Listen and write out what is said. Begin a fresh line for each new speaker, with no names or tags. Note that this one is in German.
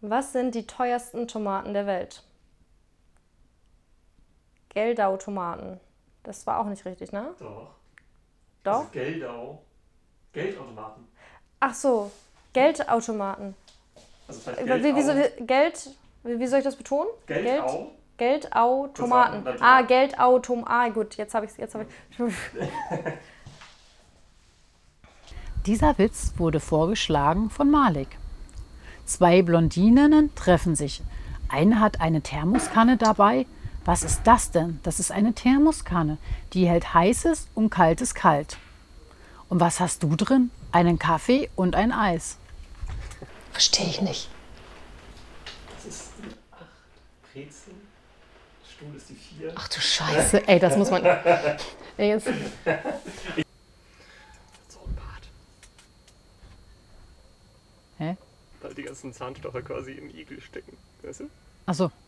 Was sind die teuersten Tomaten der Welt? Geldau-Tomaten. Das war auch nicht richtig, ne?
Doch.
Doch?
Das ist Geldau. Geldautomaten.
Ach so, Geldautomaten. Äh,
Also
Wie,
vielleicht Geldau.
wie, soll- Geld, wie, wie soll ich das betonen?
Geldau.
Geldautomaten.
Das war-
Ah, Geldautom. Ah, gut, jetzt habe ich es. Jetzt habe ich.
Dieser Witz wurde vorgeschlagen von Malik. Zwei Blondinen treffen sich. Eine hat eine Thermoskanne dabei. Was ist das denn? Das ist eine Thermoskanne. Die hält heißes und kaltes kalt. Und was hast du drin? Einen Kaffee und ein Eis.
Verstehe ich nicht.
Das ist die 8. Brezel. Stuhl ist die 4.
Ach du Scheiße, ey, das muss man. Ey, jetzt.
So ein Bart.
Hä?
Weil die ganzen Zahnstocher quasi im Igel stecken. Weißt du?
Achso,